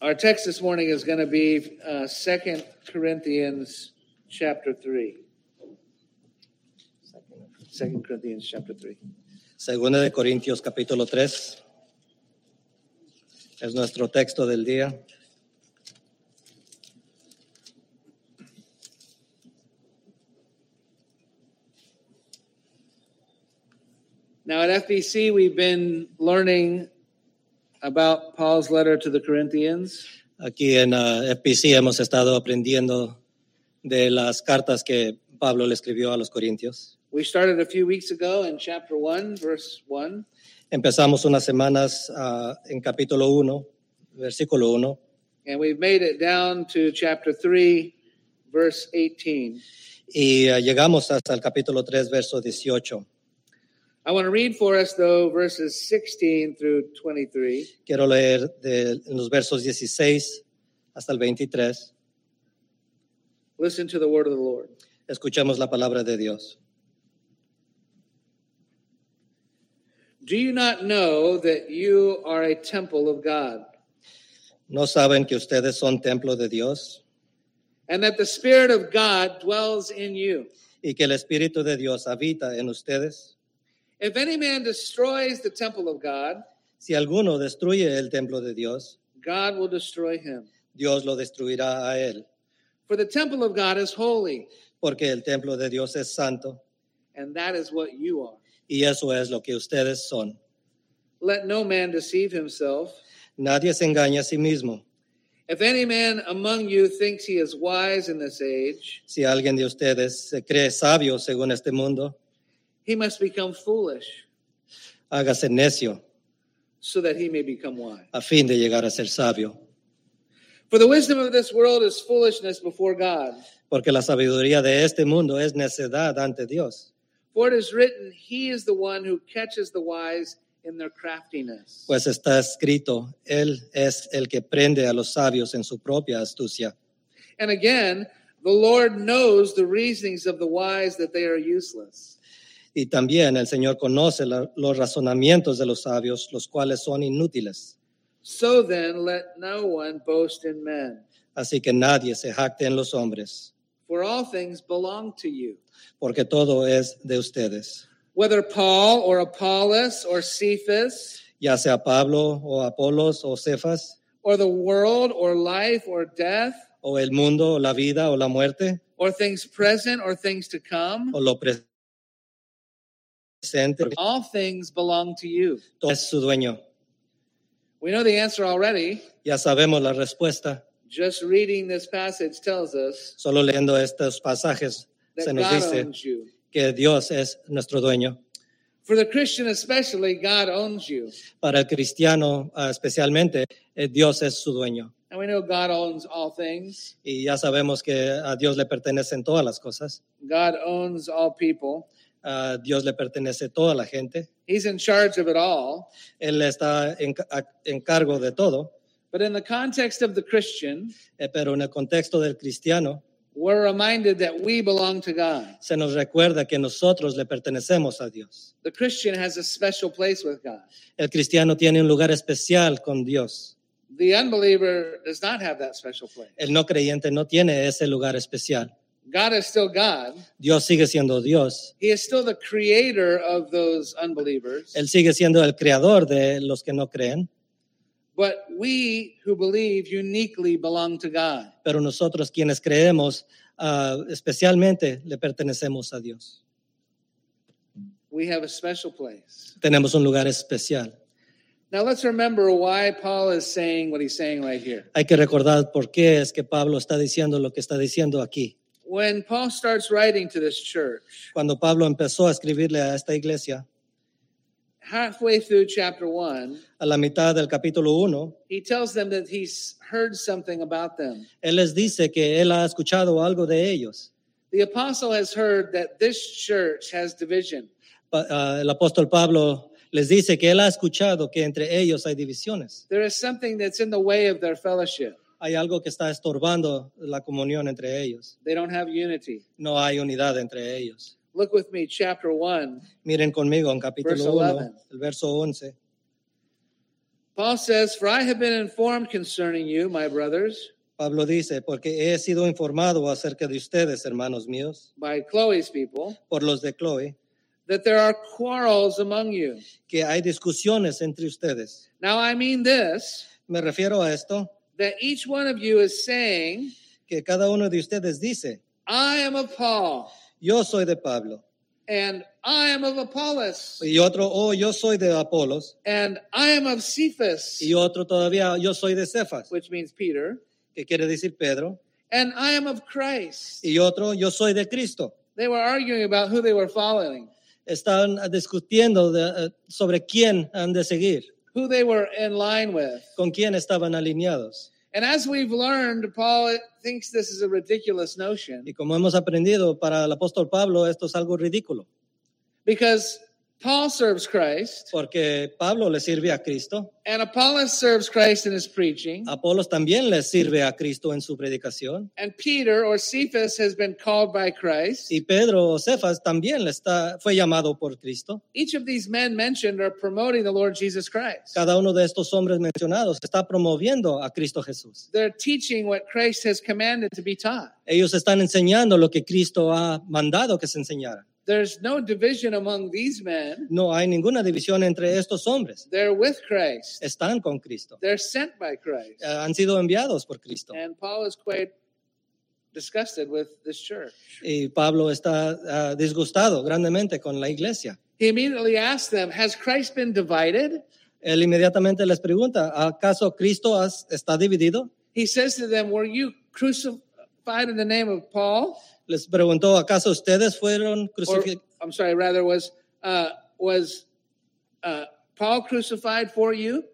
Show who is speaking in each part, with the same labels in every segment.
Speaker 1: Our text this morning is going to be uh, 2 Corinthians chapter 3. 2 Corinthians chapter 3.
Speaker 2: Segunda de Corintios capítulo 3 es nuestro texto del día.
Speaker 1: Now, at FBC, we've been learning about Paul's letter to the Corinthians.
Speaker 2: Aquí en ah, FPC hemos estado aprendiendo de las cartas que Pablo le escribió a los Corintios.
Speaker 1: We started a few weeks ago in chapter 1, verse 1,
Speaker 2: Empezamos unas semanas ah, en capítulo 1, versículo 1,
Speaker 1: and we've made it down to chapter 3, verse 18.
Speaker 2: y ah, llegamos hasta el capítulo 3, verso 18.
Speaker 1: I want to read for us, though, verses 16 through 23.
Speaker 2: Quiero leer de los versos 16 hasta el 23.
Speaker 1: Listen to the word of the Lord.
Speaker 2: Escuchemos la palabra de Dios.
Speaker 1: Do you not know that you are a temple of God,
Speaker 2: ¿No saben que ustedes son templo de Dios
Speaker 1: and that the Spirit of God dwells in you?
Speaker 2: y que el Espíritu de Dios habita en ustedes?
Speaker 1: If any man destroys the temple of God,
Speaker 2: Si alguno destruye el templo de Dios,
Speaker 1: God will destroy him.
Speaker 2: Dios lo destruirá a él,
Speaker 1: For the temple of God is holy,
Speaker 2: porque el templo de Dios es santo
Speaker 1: and that is what you are.
Speaker 2: y eso es lo que ustedes son.
Speaker 1: Let no man deceive himself.
Speaker 2: Nadie se engaña a sí mismo.
Speaker 1: If any man among you thinks he is wise in this age,
Speaker 2: Si alguien de ustedes se cree sabio según este mundo,
Speaker 1: he must become foolish
Speaker 2: hágase necio
Speaker 1: so that he may become wise.
Speaker 2: a fin de llegar a ser sabio,
Speaker 1: For the wisdom of this world is foolishness before God.
Speaker 2: porque la sabiduría de este mundo es necedad ante Dios.
Speaker 1: For it is written, He is the one who catches the wise in their craftiness.
Speaker 2: Pues está escrito, Él es el que prende a los sabios en su propia astucia.
Speaker 1: And again, the Lord knows the reasonings of the wise that they are useless.
Speaker 2: Y también el Señor conoce la- los razonamientos de los sabios, los cuales son inútiles.
Speaker 1: So then, let no one boast in men,
Speaker 2: Así que nadie se jacte en los hombres,
Speaker 1: for all things belong to you.
Speaker 2: porque todo es de ustedes,
Speaker 1: Whether Paul or Apollos or Cephas,
Speaker 2: ya sea Pablo o Apolos o Cefas,
Speaker 1: or the world or life or death,
Speaker 2: o el mundo o la vida o la muerte,
Speaker 1: or things present or things to come,
Speaker 2: o lo pre- presente,
Speaker 1: all things belong to you.
Speaker 2: todo es su dueño.
Speaker 1: We know the answer already.
Speaker 2: Ya sabemos la respuesta.
Speaker 1: Just reading this passage tells us
Speaker 2: Solo leyendo estos pasajes
Speaker 1: that
Speaker 2: se nos
Speaker 1: God
Speaker 2: dice
Speaker 1: owns you.
Speaker 2: que Dios es nuestro dueño.
Speaker 1: For the Christian, especially, God owns you.
Speaker 2: Para el cristiano ah, especialmente, eh, Dios es su dueño.
Speaker 1: And we know God owns all things,
Speaker 2: Y ya sabemos que a Dios le pertenecen todas las cosas.
Speaker 1: God owns all people.
Speaker 2: A Dios le pertenece toda la gente.
Speaker 1: He's in charge of it all.
Speaker 2: Él está en, a- en cargo de todo.
Speaker 1: But in the context of the Christian,
Speaker 2: Eh, Pero en el contexto del cristiano,
Speaker 1: we're reminded that we belong to God.
Speaker 2: se nos recuerda que nosotros le pertenecemos a Dios.
Speaker 1: The Christian has a special place with God.
Speaker 2: El cristiano tiene un lugar especial con Dios.
Speaker 1: The unbeliever does not have that special place.
Speaker 2: El no creyente no tiene ese lugar especial.
Speaker 1: God is still God.
Speaker 2: Dios sigue siendo Dios.
Speaker 1: He is still the creator of those unbelievers.
Speaker 2: Él sigue siendo el creador de los que no creen.
Speaker 1: But we who believe uniquely belong to God.
Speaker 2: Pero nosotros quienes creemos ah, especialmente le pertenecemos a Dios.
Speaker 1: We have a special place.
Speaker 2: Tenemos un lugar especial.
Speaker 1: Now let's remember why Paul is saying what he's saying right here.
Speaker 2: Hay que recordar por qué es que Pablo está diciendo lo que está diciendo aquí.
Speaker 1: When Paul starts writing to this church,
Speaker 2: Cuando Pablo empezó a escribirle a esta iglesia,
Speaker 1: halfway through chapter one,
Speaker 2: a la mitad del capítulo 1,
Speaker 1: he tells them that he's heard something about them.
Speaker 2: él les dice que él ha escuchado algo de ellos.
Speaker 1: The apostle has heard that this church has division.
Speaker 2: Pa- ah, el apóstol Pablo les dice que él ha escuchado que entre ellos hay divisiones.
Speaker 1: There is something that's in the way of their fellowship.
Speaker 2: Hay algo que está estorbando la comunión entre ellos.
Speaker 1: They don't have unity.
Speaker 2: No hay unidad entre ellos.
Speaker 1: Look with me, chapter one.
Speaker 2: Miren conmigo en
Speaker 1: Verso
Speaker 2: capítulo
Speaker 1: 11.
Speaker 2: 1, el verso 11.
Speaker 1: Paul says, For I have been informed concerning you, my brothers,
Speaker 2: Pablo dice, porque he sido informado acerca de ustedes, hermanos míos,
Speaker 1: by Chloe's people,
Speaker 2: por los de Chloe,
Speaker 1: that there are quarrels among you.
Speaker 2: que hay discusiones entre ustedes.
Speaker 1: Now I mean this,
Speaker 2: Me refiero a esto,
Speaker 1: that each one of you is saying,
Speaker 2: que cada uno de ustedes dice,
Speaker 1: I am of Paul,
Speaker 2: yo soy de Pablo,
Speaker 1: and I am of Apollos,
Speaker 2: y otro, oh, yo soy de Apolos,
Speaker 1: and I am of Cephas,
Speaker 2: y otro todavía, yo soy de Cefas,
Speaker 1: which means Peter,
Speaker 2: que quiere decir Pedro,
Speaker 1: and I am of Christ.
Speaker 2: y otro, yo soy de Cristo.
Speaker 1: They were arguing about who they were following,
Speaker 2: Están discutiendo de, eh, sobre quién han de seguir,
Speaker 1: who they were in line with.
Speaker 2: con quién estaban alineados.
Speaker 1: And as we've learned, Paul thinks this is a ridiculous notion
Speaker 2: Y como hemos aprendido para el apóstol Pablo, esto es algo ridículo,
Speaker 1: because Paul serves Christ
Speaker 2: porque Pablo le sirve a Cristo,
Speaker 1: and Apollos serves Christ in his preaching,
Speaker 2: Apolos también le sirve a Cristo en su predicación,
Speaker 1: and Peter or Cephas has been called by Christ.
Speaker 2: y Pedro o Cefas también le está, fue llamado por Cristo.
Speaker 1: Each of these men mentioned are promoting the Lord Jesus Christ.
Speaker 2: Cada uno de estos hombres mencionados está promoviendo a Cristo Jesús.
Speaker 1: They're teaching what Christ has commanded to be taught.
Speaker 2: Ellos están enseñando lo que Cristo ha mandado que se enseñara.
Speaker 1: There's no division among these men.
Speaker 2: No hay ninguna división entre estos hombres.
Speaker 1: They're with Christ.
Speaker 2: Están con Cristo.
Speaker 1: They're sent by Christ.
Speaker 2: Eh, Han sido enviados por Cristo.
Speaker 1: And Paul is quite disgusted with this church.
Speaker 2: Y Pablo está ah, disgustado grandemente con la iglesia.
Speaker 1: He immediately asks them, Has Christ been divided?
Speaker 2: Él inmediatamente les pregunta, ¿acaso Cristo has- está dividido?
Speaker 1: He says to them, Were you crucified in the name of Paul?
Speaker 2: Les preguntó, ¿acaso ustedes
Speaker 1: Or,
Speaker 2: fueron crucificados?
Speaker 1: I'm sorry, rather, was, uh, was uh, Paul crucified for you?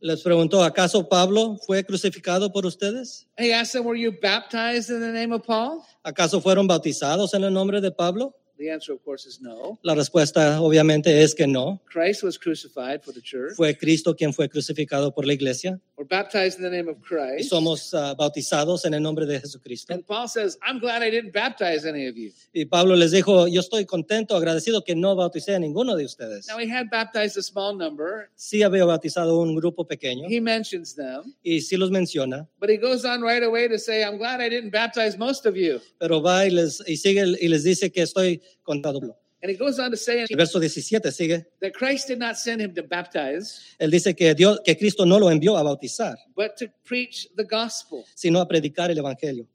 Speaker 2: Les preguntó, ¿acaso Pablo fue crucificado por ustedes?
Speaker 1: He asks them, Were you baptized in the name of Paul?
Speaker 2: ¿Acaso fueron bautizados en el nombre de Pablo?
Speaker 1: The answer, of course, is no.
Speaker 2: La respuesta obviamente es que no.
Speaker 1: Christ was crucified for the church.
Speaker 2: Fue Cristo quien fue crucificado por la iglesia
Speaker 1: We're baptized in the name of
Speaker 2: y
Speaker 1: Christ.
Speaker 2: somos ah, bautizados en el nombre de Jesucristo.
Speaker 1: And Paul says, I'm glad I didn't baptize any of you.
Speaker 2: Y Pablo les dijo, yo estoy contento, agradecido que no bauticé a ninguno de ustedes.
Speaker 1: Now, he had baptized a small number.
Speaker 2: Sí había bautizado un grupo pequeño
Speaker 1: He mentions them,
Speaker 2: y sí los menciona,
Speaker 1: but he goes on right away to say, I'm glad I didn't baptize most of you.
Speaker 2: pero va y les, y sigue, y les dice que estoy contado.
Speaker 1: And he goes on to say
Speaker 2: El verso 17 sigue.
Speaker 1: that Christ did not send him to baptize,
Speaker 2: Él dice que, Dios, que Cristo no lo envió a bautizar,
Speaker 1: but to preach the gospel.
Speaker 2: sino a predicar el Evangelio,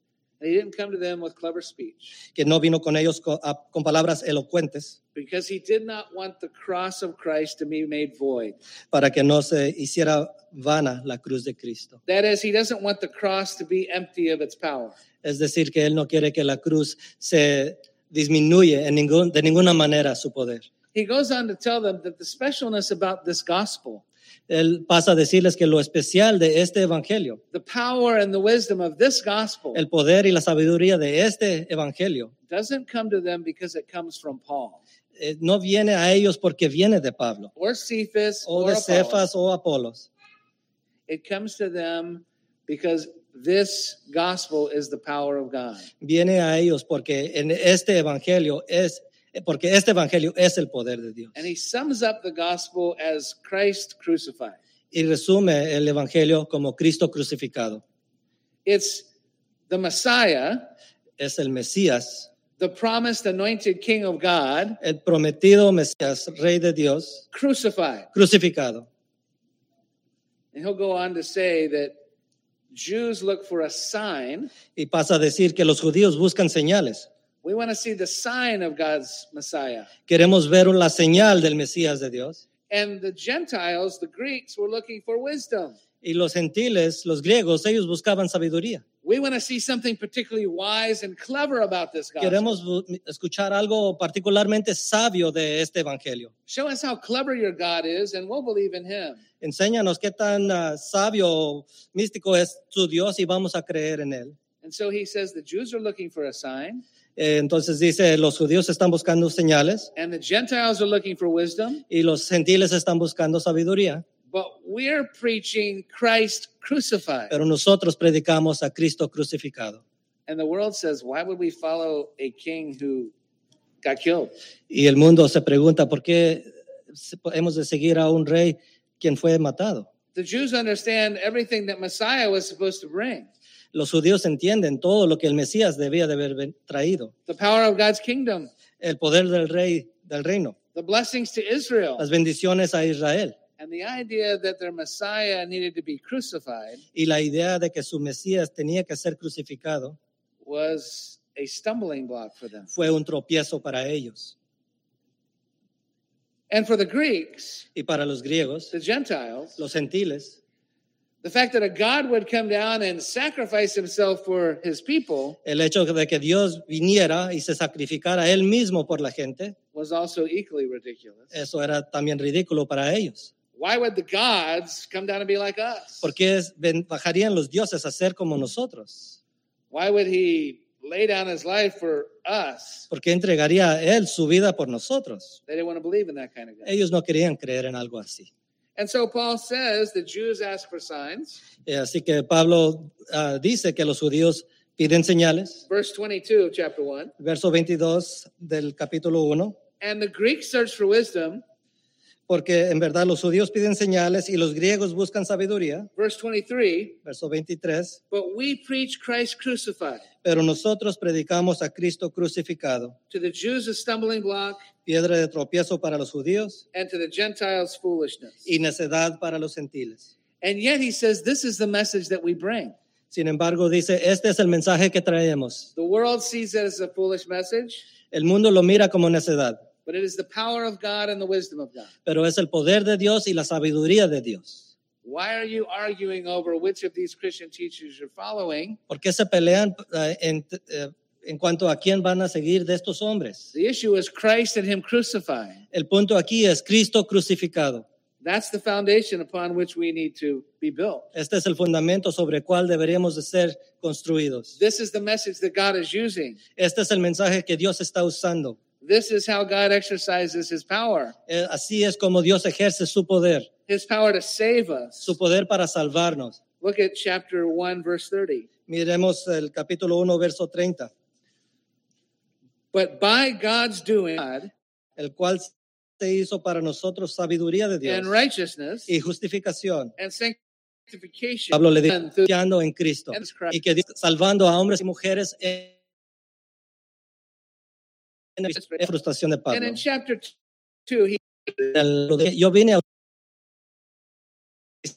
Speaker 1: And he didn't come to them with clever speech
Speaker 2: que no vino con ellos co- a- con palabras elocuentes
Speaker 1: because he did not want the cross of Christ to be made void.
Speaker 2: para que no se hiciera vana la cruz de Cristo.
Speaker 1: That is, he doesn't want the cross to be empty of its power.
Speaker 2: Es decir, que Él no quiere que la cruz se disminuye en ningún, de ninguna manera su poder.
Speaker 1: He goes on to tell them that the specialness about this gospel,
Speaker 2: Él pasa a decirles que lo especial de este Evangelio,
Speaker 1: the power and the wisdom of this gospel,
Speaker 2: el poder y la sabiduría de este Evangelio,
Speaker 1: doesn't come to them because it comes from Paul
Speaker 2: eh, no viene a ellos porque viene de Pablo,
Speaker 1: or Cephas
Speaker 2: o
Speaker 1: or
Speaker 2: de
Speaker 1: Apollos.
Speaker 2: Cefas o Apolos.
Speaker 1: It comes to them because this gospel is the power of God.
Speaker 2: Viene a ellos porque en este Evangelio es, porque este Evangelio es el poder de Dios.
Speaker 1: And he sums up the gospel as Christ crucified.
Speaker 2: Y resume el Evangelio como Cristo crucificado.
Speaker 1: It's the Messiah,
Speaker 2: Es el Mesías,
Speaker 1: the promised anointed King of God,
Speaker 2: el prometido Mesías, Rey de Dios,
Speaker 1: crucified.
Speaker 2: crucificado.
Speaker 1: And he'll go on to say that Jews look for a sign.
Speaker 2: Y pasa a decir que los judíos buscan señales.
Speaker 1: We want to see the sign of God's Messiah.
Speaker 2: Queremos ver la señal del Mesías de Dios.
Speaker 1: And the Gentiles, the Greeks, were looking for wisdom.
Speaker 2: Y los gentiles, los griegos, ellos buscaban sabiduría.
Speaker 1: We want to see something particularly wise and clever about this gospel.
Speaker 2: Queremos bu- escuchar algo particularmente sabio de este Evangelio.
Speaker 1: Show us how clever your God is, and we'll believe in him.
Speaker 2: Enséñanos qué tan ah, sabio o místico es tu Dios y vamos a creer en él.
Speaker 1: And so he says the Jews are looking for a sign,
Speaker 2: Eh, Entonces dice, los judíos están buscando señales
Speaker 1: and the Gentiles are looking for wisdom,
Speaker 2: y los gentiles están buscando sabiduría,
Speaker 1: but we're preaching Christ crucified.
Speaker 2: pero nosotros predicamos a Cristo crucificado.
Speaker 1: And the world says, why would we follow a king who got killed?
Speaker 2: Y el mundo se pregunta por qué hemos de seguir a un rey quien fue matado.
Speaker 1: the Jews understand everything that Messiah was supposed to bring
Speaker 2: Los judíos entienden todo lo que el Mesías debía de haber ven- traído,
Speaker 1: the power of God's kingdom,
Speaker 2: el poder del rey del reino,
Speaker 1: the blessings to Israel,
Speaker 2: las bendiciones a Israel
Speaker 1: and the idea that their Messiah needed to be crucified
Speaker 2: y la idea de que su Mesías tenía que ser crucificado
Speaker 1: was a stumbling block for them.
Speaker 2: fue un tropiezo para ellos.
Speaker 1: And for the Greeks,
Speaker 2: Y para los griegos,
Speaker 1: the Gentiles,
Speaker 2: los gentiles,
Speaker 1: the fact that a God would come down and sacrifice himself for his people
Speaker 2: el hecho de que Dios viniera y se sacrificara él mismo por la gente,
Speaker 1: was also equally ridiculous.
Speaker 2: eso era también ridículo para ellos.
Speaker 1: Why would the gods come down and be like us?
Speaker 2: ¿Por qué es- ven- bajarían los dioses a ser como nosotros?
Speaker 1: Why would he lay down his life for us?
Speaker 2: ¿Por qué entregaría a él su vida por nosotros?
Speaker 1: They didn't want to believe in that kind of God.
Speaker 2: Ellos no querían creer en algo así.
Speaker 1: And so Paul says the Jews ask for signs.
Speaker 2: Eh, Así que Pablo ah, dice que los judíos piden señales,
Speaker 1: Verse 22 of chapter 1.
Speaker 2: verso 22 del capítulo 1,
Speaker 1: And the Greeks search for wisdom.
Speaker 2: porque en verdad los judíos piden señales y los griegos buscan sabiduría,
Speaker 1: Verse 23.
Speaker 2: verso 23,
Speaker 1: But we preach Christ crucified.
Speaker 2: pero nosotros predicamos a Cristo crucificado,
Speaker 1: To the Jews, a stumbling block,
Speaker 2: piedra de tropiezo para los judíos
Speaker 1: and to the Gentiles, foolishness.
Speaker 2: y necedad para los gentiles.
Speaker 1: And yet he says this is the message that we bring.
Speaker 2: Sin embargo, dice, este es el mensaje que traemos.
Speaker 1: The world sees it as a foolish message,
Speaker 2: El mundo lo mira como necedad,
Speaker 1: but it is the power of God and the wisdom of God.
Speaker 2: pero es el poder de Dios y la sabiduría de Dios.
Speaker 1: Why are you arguing over which of these Christian teachers you're following?
Speaker 2: ¿Por qué se pelean eh, en, eh, en cuanto a quién van a seguir de estos hombres?
Speaker 1: The issue is Christ and Him crucified.
Speaker 2: El punto aquí es Cristo crucificado.
Speaker 1: That's the foundation upon which we need to be built.
Speaker 2: Este es el fundamento sobre el cual deberíamos de ser construidos.
Speaker 1: This is the message that God is using.
Speaker 2: Este es el mensaje que Dios está usando.
Speaker 1: This is how God exercises His power
Speaker 2: Eh, Así es como Dios ejerce su poder,
Speaker 1: His power to save us.
Speaker 2: su poder para salvarnos.
Speaker 1: Look at chapter 1, verse 30.
Speaker 2: Miremos el capítulo 1, verso 30,
Speaker 1: But by God's doing God
Speaker 2: el cual se hizo para nosotros sabiduría de Dios
Speaker 1: and righteousness
Speaker 2: y justificación
Speaker 1: and sanctification
Speaker 2: Pablo le dijo,
Speaker 1: done through
Speaker 2: confiando en Cristo y que dice, salvando a hombres y mujeres en en la frustración de
Speaker 1: And
Speaker 2: Pablo.
Speaker 1: in chapter 2, He
Speaker 2: El- Yo vine, a-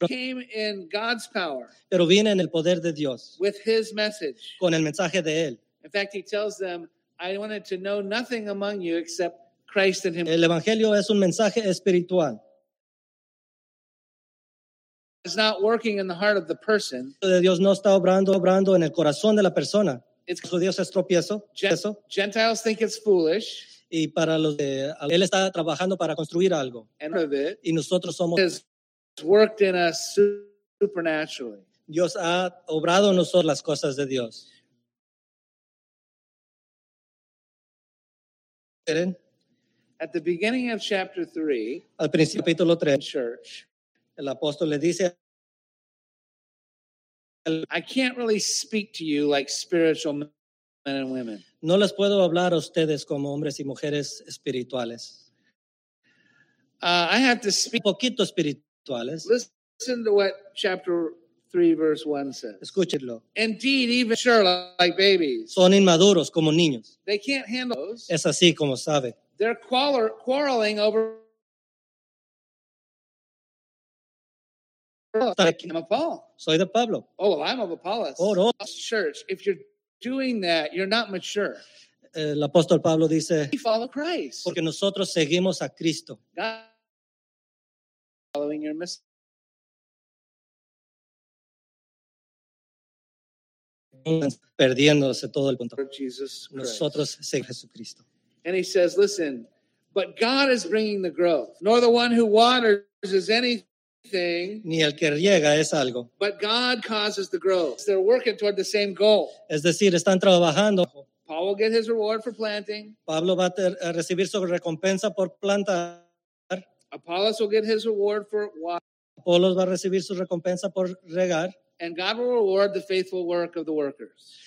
Speaker 1: came in God's power
Speaker 2: pero vine en el poder de Dios,
Speaker 1: with His message.
Speaker 2: con el mensaje de Él.
Speaker 1: In fact, He tells them, I wanted to know nothing among you except Christ and Him.
Speaker 2: El Evangelio es un mensaje espiritual
Speaker 1: It's not working in the heart of the person,
Speaker 2: de Dios no está obrando, obrando en el corazón de la persona.
Speaker 1: it's
Speaker 2: Su Dios es tropiezo, eso,
Speaker 1: Gentiles think it's foolish,
Speaker 2: y para los de, Él está trabajando para construir algo,
Speaker 1: and part of it
Speaker 2: y nosotros somos,
Speaker 1: has worked in us su- supernaturally.
Speaker 2: Dios ha obrado en nosotros las cosas de Dios. ¿Quieren?
Speaker 1: At the beginning of chapter three,
Speaker 2: Al principio, capítulo
Speaker 1: in
Speaker 2: 3,
Speaker 1: church,
Speaker 2: el apóstol le dice,
Speaker 1: I can't really speak to you like spiritual men and women.
Speaker 2: no les puedo hablar a ustedes como hombres y mujeres espirituales,
Speaker 1: Uh, I have to speak.
Speaker 2: un poquito espirituales.
Speaker 1: Listen to what chapter three, verse one says.
Speaker 2: Escúchenlo.
Speaker 1: Indeed, even sure, like babies,
Speaker 2: Son inmaduros como niños.
Speaker 1: they can't handle those.
Speaker 2: Es así como sabe.
Speaker 1: They're quarrel- quarreling over. I'm a Paul.
Speaker 2: Soy de Pablo.
Speaker 1: Oh, well, I'm of Apollos.
Speaker 2: Oh, no.
Speaker 1: Church, if you're doing that, you're not mature.
Speaker 2: El apóstol Pablo dice,
Speaker 1: We follow Christ.
Speaker 2: porque nosotros seguimos a Cristo.
Speaker 1: God following your message.
Speaker 2: Perdiéndose todo el punto.
Speaker 1: Lord Jesus Christ.
Speaker 2: Nosotros seguimos a Jesucristo.
Speaker 1: And he says, listen, but God is bringing the growth, nor the one who waters is anything,
Speaker 2: Ni el que riega es algo.
Speaker 1: but God causes the growth. They're working toward the same goal.
Speaker 2: Es decir, están trabajando.
Speaker 1: Paul will get his reward for planting.
Speaker 2: Pablo va a, ter- a recibir su recompensa por plantar.
Speaker 1: Apollos will get his reward for water.
Speaker 2: Apolos va a recibir su recompensa por regar.
Speaker 1: And God will reward the faithful work of the workers.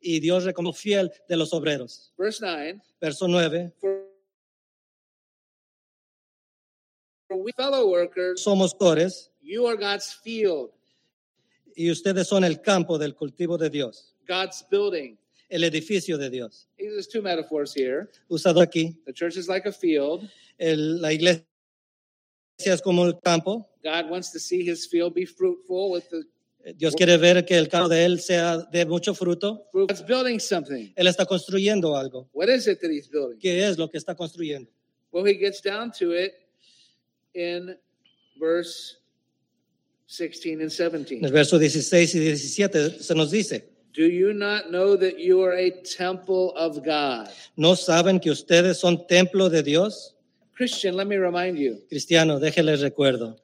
Speaker 2: Y Dios reconoce fiel de los obreros.
Speaker 1: Verse 9.
Speaker 2: Verso 9.
Speaker 1: For we fellow workers,
Speaker 2: Somos cores
Speaker 1: you are God's field,
Speaker 2: y ustedes son el campo del cultivo de Dios,
Speaker 1: God's building.
Speaker 2: el edificio de Dios.
Speaker 1: He uses two metaphors here.
Speaker 2: Usado aquí,
Speaker 1: The church is like a field.
Speaker 2: el- la iglesia es como el campo.
Speaker 1: God wants to see his field be fruitful with the
Speaker 2: Dios quiere ver que el campo de Él sea de mucho fruto.
Speaker 1: fruit. God's building something.
Speaker 2: Él está construyendo algo.
Speaker 1: What is it that he's building?
Speaker 2: ¿Qué es lo que está construyendo?
Speaker 1: Well, he gets down to it in verse 16 and
Speaker 2: En
Speaker 1: 17.
Speaker 2: el verso 16 y 17 se nos dice,
Speaker 1: Do you not know that you are a temple of God?
Speaker 2: ¿no saben que ustedes son templo de Dios?
Speaker 1: Christian, let me remind you.
Speaker 2: Cristiano, déjenles recuerdo.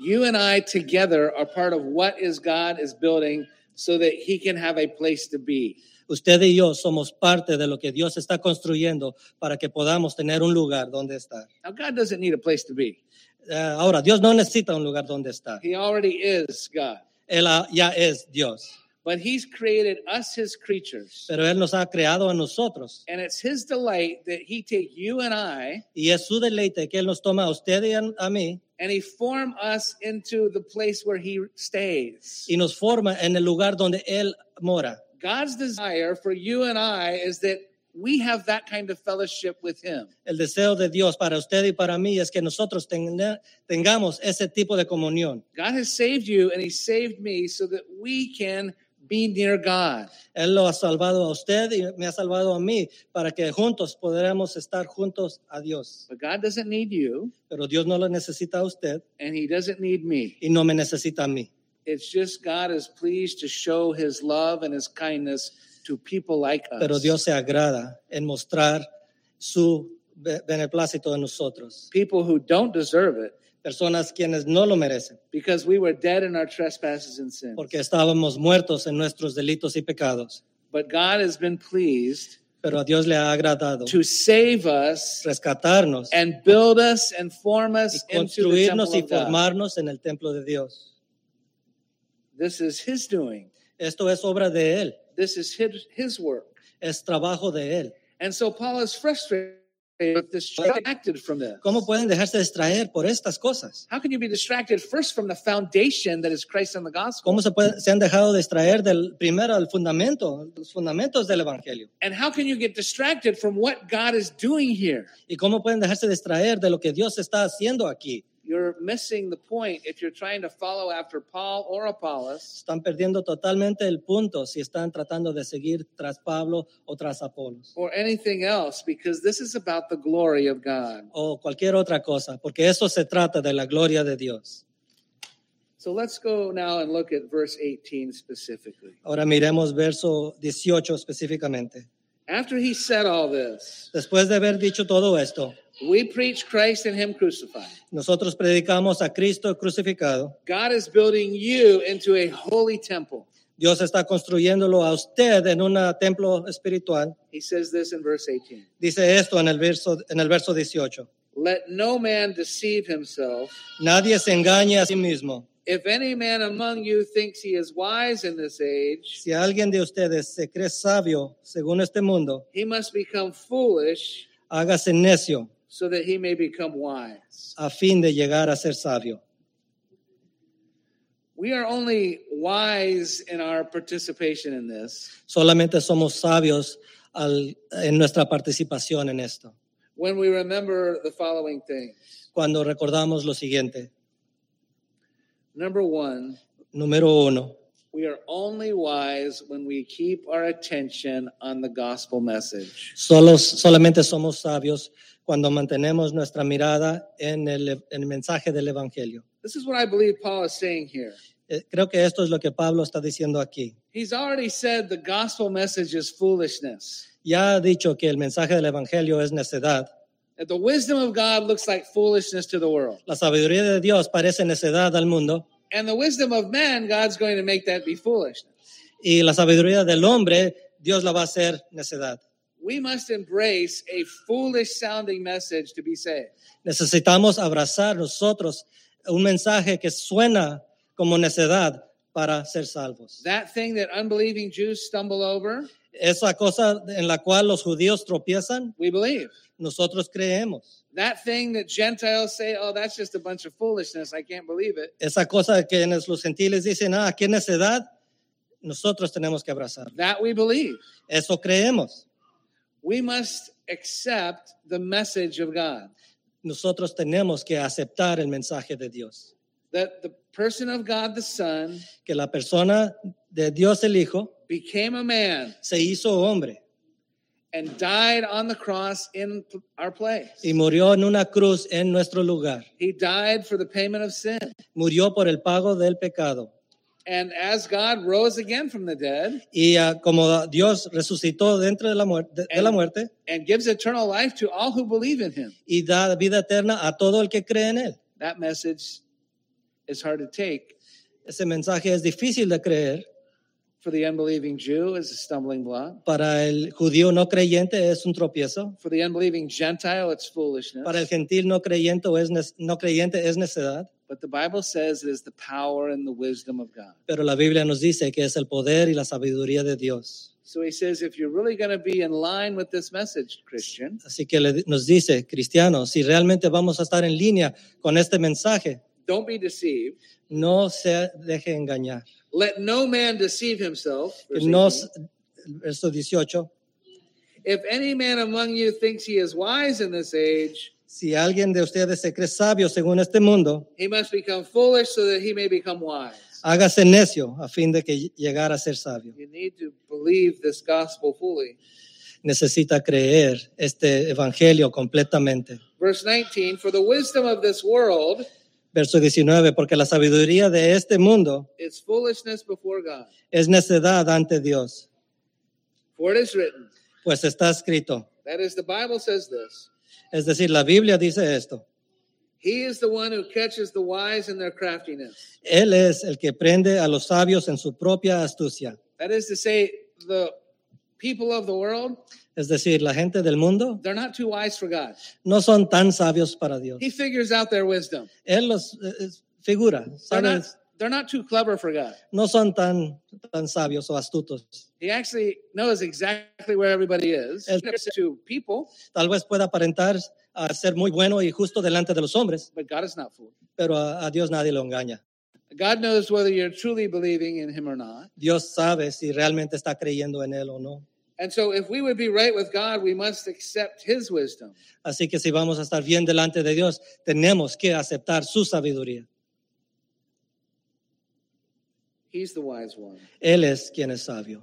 Speaker 1: You and I together are part of what is God is building so that he can have a place to be.
Speaker 2: Usted y yo somos parte de lo que Dios está construyendo para que podamos tener un lugar donde estar.
Speaker 1: Now, God doesn't need a place to be.
Speaker 2: Eh, ahora, Dios no necesita un lugar donde estar.
Speaker 1: He already is God.
Speaker 2: Él ah, ya es Dios,
Speaker 1: But he's created us his creatures.
Speaker 2: pero Él nos ha creado a nosotros
Speaker 1: And it's his delight that he take you and I
Speaker 2: y es su deleite que Él nos toma a usted y a, a mí
Speaker 1: and he form us into the place where he stays.
Speaker 2: y nos forma en el lugar donde Él mora.
Speaker 1: God's desire for you and I is that we have that kind of fellowship with him.
Speaker 2: El deseo de Dios para usted y para mí es que nosotros tenga- tengamos ese tipo de comunión.
Speaker 1: God has saved you and he saved me so that we can be near God.
Speaker 2: Él lo ha salvado a usted y me ha salvado a mí para que juntos podamos estar juntos a Dios.
Speaker 1: But God doesn't need you
Speaker 2: Pero Dios no lo necesita a usted
Speaker 1: and he doesn't need me.
Speaker 2: y no me necesita a mí.
Speaker 1: It's just God is pleased to show his love and his kindness to people like us.
Speaker 2: Pero Dios se agrada en mostrar su be- beneplácito en nosotros.
Speaker 1: people who don't deserve it
Speaker 2: Personas quienes no lo merecen
Speaker 1: because we were dead in our trespasses and sins.
Speaker 2: porque estábamos muertos en nuestros delitos y pecados.
Speaker 1: But God has been pleased
Speaker 2: Pero a Dios le ha agradado
Speaker 1: to save us
Speaker 2: rescatarnos
Speaker 1: and build us and form us
Speaker 2: y
Speaker 1: into the temple
Speaker 2: construirnos y
Speaker 1: of God.
Speaker 2: formarnos en el templo de Dios.
Speaker 1: This is his doing.
Speaker 2: Esto es obra de Él,
Speaker 1: This is his, his work.
Speaker 2: es trabajo de Él.
Speaker 1: And so Paul is frustrated with this distracted from this.
Speaker 2: ¿Cómo pueden dejarse distraer por estas cosas?
Speaker 1: How can you be distracted first from the foundation that is Christ and the gospel?
Speaker 2: ¿Cómo se, pueden- se han dejado distraer del primero al fundamento, los fundamentos del Evangelio?
Speaker 1: And how can you get distracted from what God is doing here?
Speaker 2: ¿Y cómo pueden dejarse distraer de lo que Dios está haciendo aquí?
Speaker 1: You're missing the point if you're trying to follow after Paul or Apollos
Speaker 2: Están perdiendo totalmente el punto si están tratando de seguir tras Pablo o tras Apolos
Speaker 1: or anything else because this is about the glory of God.
Speaker 2: o cualquier otra cosa, porque eso se trata de la gloria de Dios.
Speaker 1: So let's go now and look at verse 18 specifically.
Speaker 2: Ahora miremos verso 18 específicamente.
Speaker 1: After he said all this,
Speaker 2: Después de haber dicho todo esto,
Speaker 1: we preach Christ and him crucified.
Speaker 2: nosotros predicamos a Cristo crucificado.
Speaker 1: God is building you into a holy temple.
Speaker 2: Dios está construyéndolo a usted en un templo espiritual.
Speaker 1: He says this in verse 18.
Speaker 2: Dice esto en el verso en el verso 18.
Speaker 1: Let no man deceive himself.
Speaker 2: Nadie se engañe a sí mismo.
Speaker 1: If any man among you thinks he is wise in this age,
Speaker 2: Si alguien de ustedes se cree sabio según este mundo,
Speaker 1: he must become foolish
Speaker 2: hágase necio
Speaker 1: so that he may become wise.
Speaker 2: a fin de llegar a ser sabio.
Speaker 1: We are only wise in our participation in this
Speaker 2: Solamente somos sabios al- en nuestra participación en esto.
Speaker 1: when we remember the following things.
Speaker 2: Cuando recordamos lo siguiente,
Speaker 1: Number one,
Speaker 2: número uno,
Speaker 1: we are only wise when we keep our attention on the gospel message.
Speaker 2: Solo, solamente somos sabios cuando mantenemos nuestra mirada en el, en el mensaje del Evangelio.
Speaker 1: This is what I believe Paul is saying here.
Speaker 2: Eh, Creo que esto es lo que Pablo está diciendo aquí.
Speaker 1: He's already said the gospel message is foolishness.
Speaker 2: Ya ha dicho que el mensaje del Evangelio es necedad.
Speaker 1: That the wisdom of God looks like foolishness to the world.
Speaker 2: La sabiduría de Dios parece necedad al mundo
Speaker 1: And the wisdom of man, God's going to make that be foolishness.
Speaker 2: y la sabiduría del hombre, Dios la va a hacer necedad.
Speaker 1: We must embrace a foolish sounding message to be saved.
Speaker 2: Necesitamos abrazar nosotros un mensaje que suena como necedad para ser salvos.
Speaker 1: That thing that unbelieving Jews stumble over,
Speaker 2: Esa cosa en la cual los judíos tropiezan,
Speaker 1: we believe.
Speaker 2: nosotros creemos.
Speaker 1: That thing that Gentiles say, oh, that's just a bunch of foolishness. I can't believe it.
Speaker 2: Esa cosa que en los gentiles dicen, ah, qué necedad, nosotros tenemos que abrazar.
Speaker 1: That we believe.
Speaker 2: Eso creemos.
Speaker 1: We must accept the message of God
Speaker 2: Nosotros tenemos que aceptar el mensaje de Dios.
Speaker 1: that the person of God the Son
Speaker 2: Que la persona de Dios el Hijo
Speaker 1: became a man
Speaker 2: se hizo hombre
Speaker 1: and died on the cross in our place.
Speaker 2: y murió en una cruz en nuestro lugar.
Speaker 1: He died for the payment of sin.
Speaker 2: Murió por el pago del pecado.
Speaker 1: And as God rose again from the dead
Speaker 2: Y ah, como Dios resucitó dentro de la, muerte, de la muerte
Speaker 1: and gives eternal life to all who believe in him,
Speaker 2: y da vida eterna a todo el que cree en Él.
Speaker 1: that message is hard to take
Speaker 2: Ese mensaje es difícil de creer.
Speaker 1: for the unbelieving Jew as a stumbling block.
Speaker 2: Para el judío no creyente es un tropiezo.
Speaker 1: For the unbelieving Gentile, it's foolishness.
Speaker 2: Para el gentil no creyente o es, ne- no creyente es necedad.
Speaker 1: But the Bible says it is the power and the wisdom of God.
Speaker 2: Pero la Biblia nos dice que es el poder y la sabiduría de Dios.
Speaker 1: So he says, if you're really going to be in line with this message, Christian,
Speaker 2: Así que le- nos dice, cristianos, si realmente vamos a estar en línea con este mensaje,
Speaker 1: don't be deceived.
Speaker 2: no se deje engañar.
Speaker 1: Let no man deceive himself.
Speaker 2: Que
Speaker 1: verse
Speaker 2: no,
Speaker 1: 18.
Speaker 2: s- verso 18,
Speaker 1: If any man among you thinks he is wise in this age,
Speaker 2: si alguien de ustedes se cree sabio según este mundo,
Speaker 1: he must become foolish so that he may become wise.
Speaker 2: hágase necio a fin de que llegara a ser sabio.
Speaker 1: You need to believe this gospel fully.
Speaker 2: Necesita creer este evangelio completamente.
Speaker 1: Verse 19, for the wisdom of this world
Speaker 2: Verso 19, porque la sabiduría de este mundo
Speaker 1: is foolishness before God.
Speaker 2: es necedad ante Dios,
Speaker 1: For it is written,
Speaker 2: pues está escrito.
Speaker 1: that is, the Bible says this.
Speaker 2: Es decir, la Biblia dice esto.
Speaker 1: He is the one who catches the wise in their craftiness.
Speaker 2: Él es el que prende a los sabios en su propia astucia.
Speaker 1: That is to say, the people of the world,
Speaker 2: Es decir, la gente del mundo
Speaker 1: they're not too wise for God.
Speaker 2: no son tan sabios para Dios.
Speaker 1: He figures out their wisdom.
Speaker 2: Él los eh, eh, figura,
Speaker 1: They're not,
Speaker 2: ¿sabes?
Speaker 1: they're not too clever for God.
Speaker 2: no son tan, tan sabios o astutos.
Speaker 1: He actually knows exactly where everybody is.
Speaker 2: El-
Speaker 1: to people,
Speaker 2: Tal vez pueda aparentar a ser muy bueno y justo delante de los hombres,
Speaker 1: but God is not fooled.
Speaker 2: pero a, a Dios nadie lo engaña.
Speaker 1: God knows whether you're truly believing in him or not.
Speaker 2: Dios sabe si realmente está creyendo en Él o no.
Speaker 1: And so if we would be right with God, we must accept his wisdom.
Speaker 2: Así que si vamos a estar bien delante de Dios, tenemos que aceptar su sabiduría.
Speaker 1: He's the wise one.
Speaker 2: Él es quien es sabio.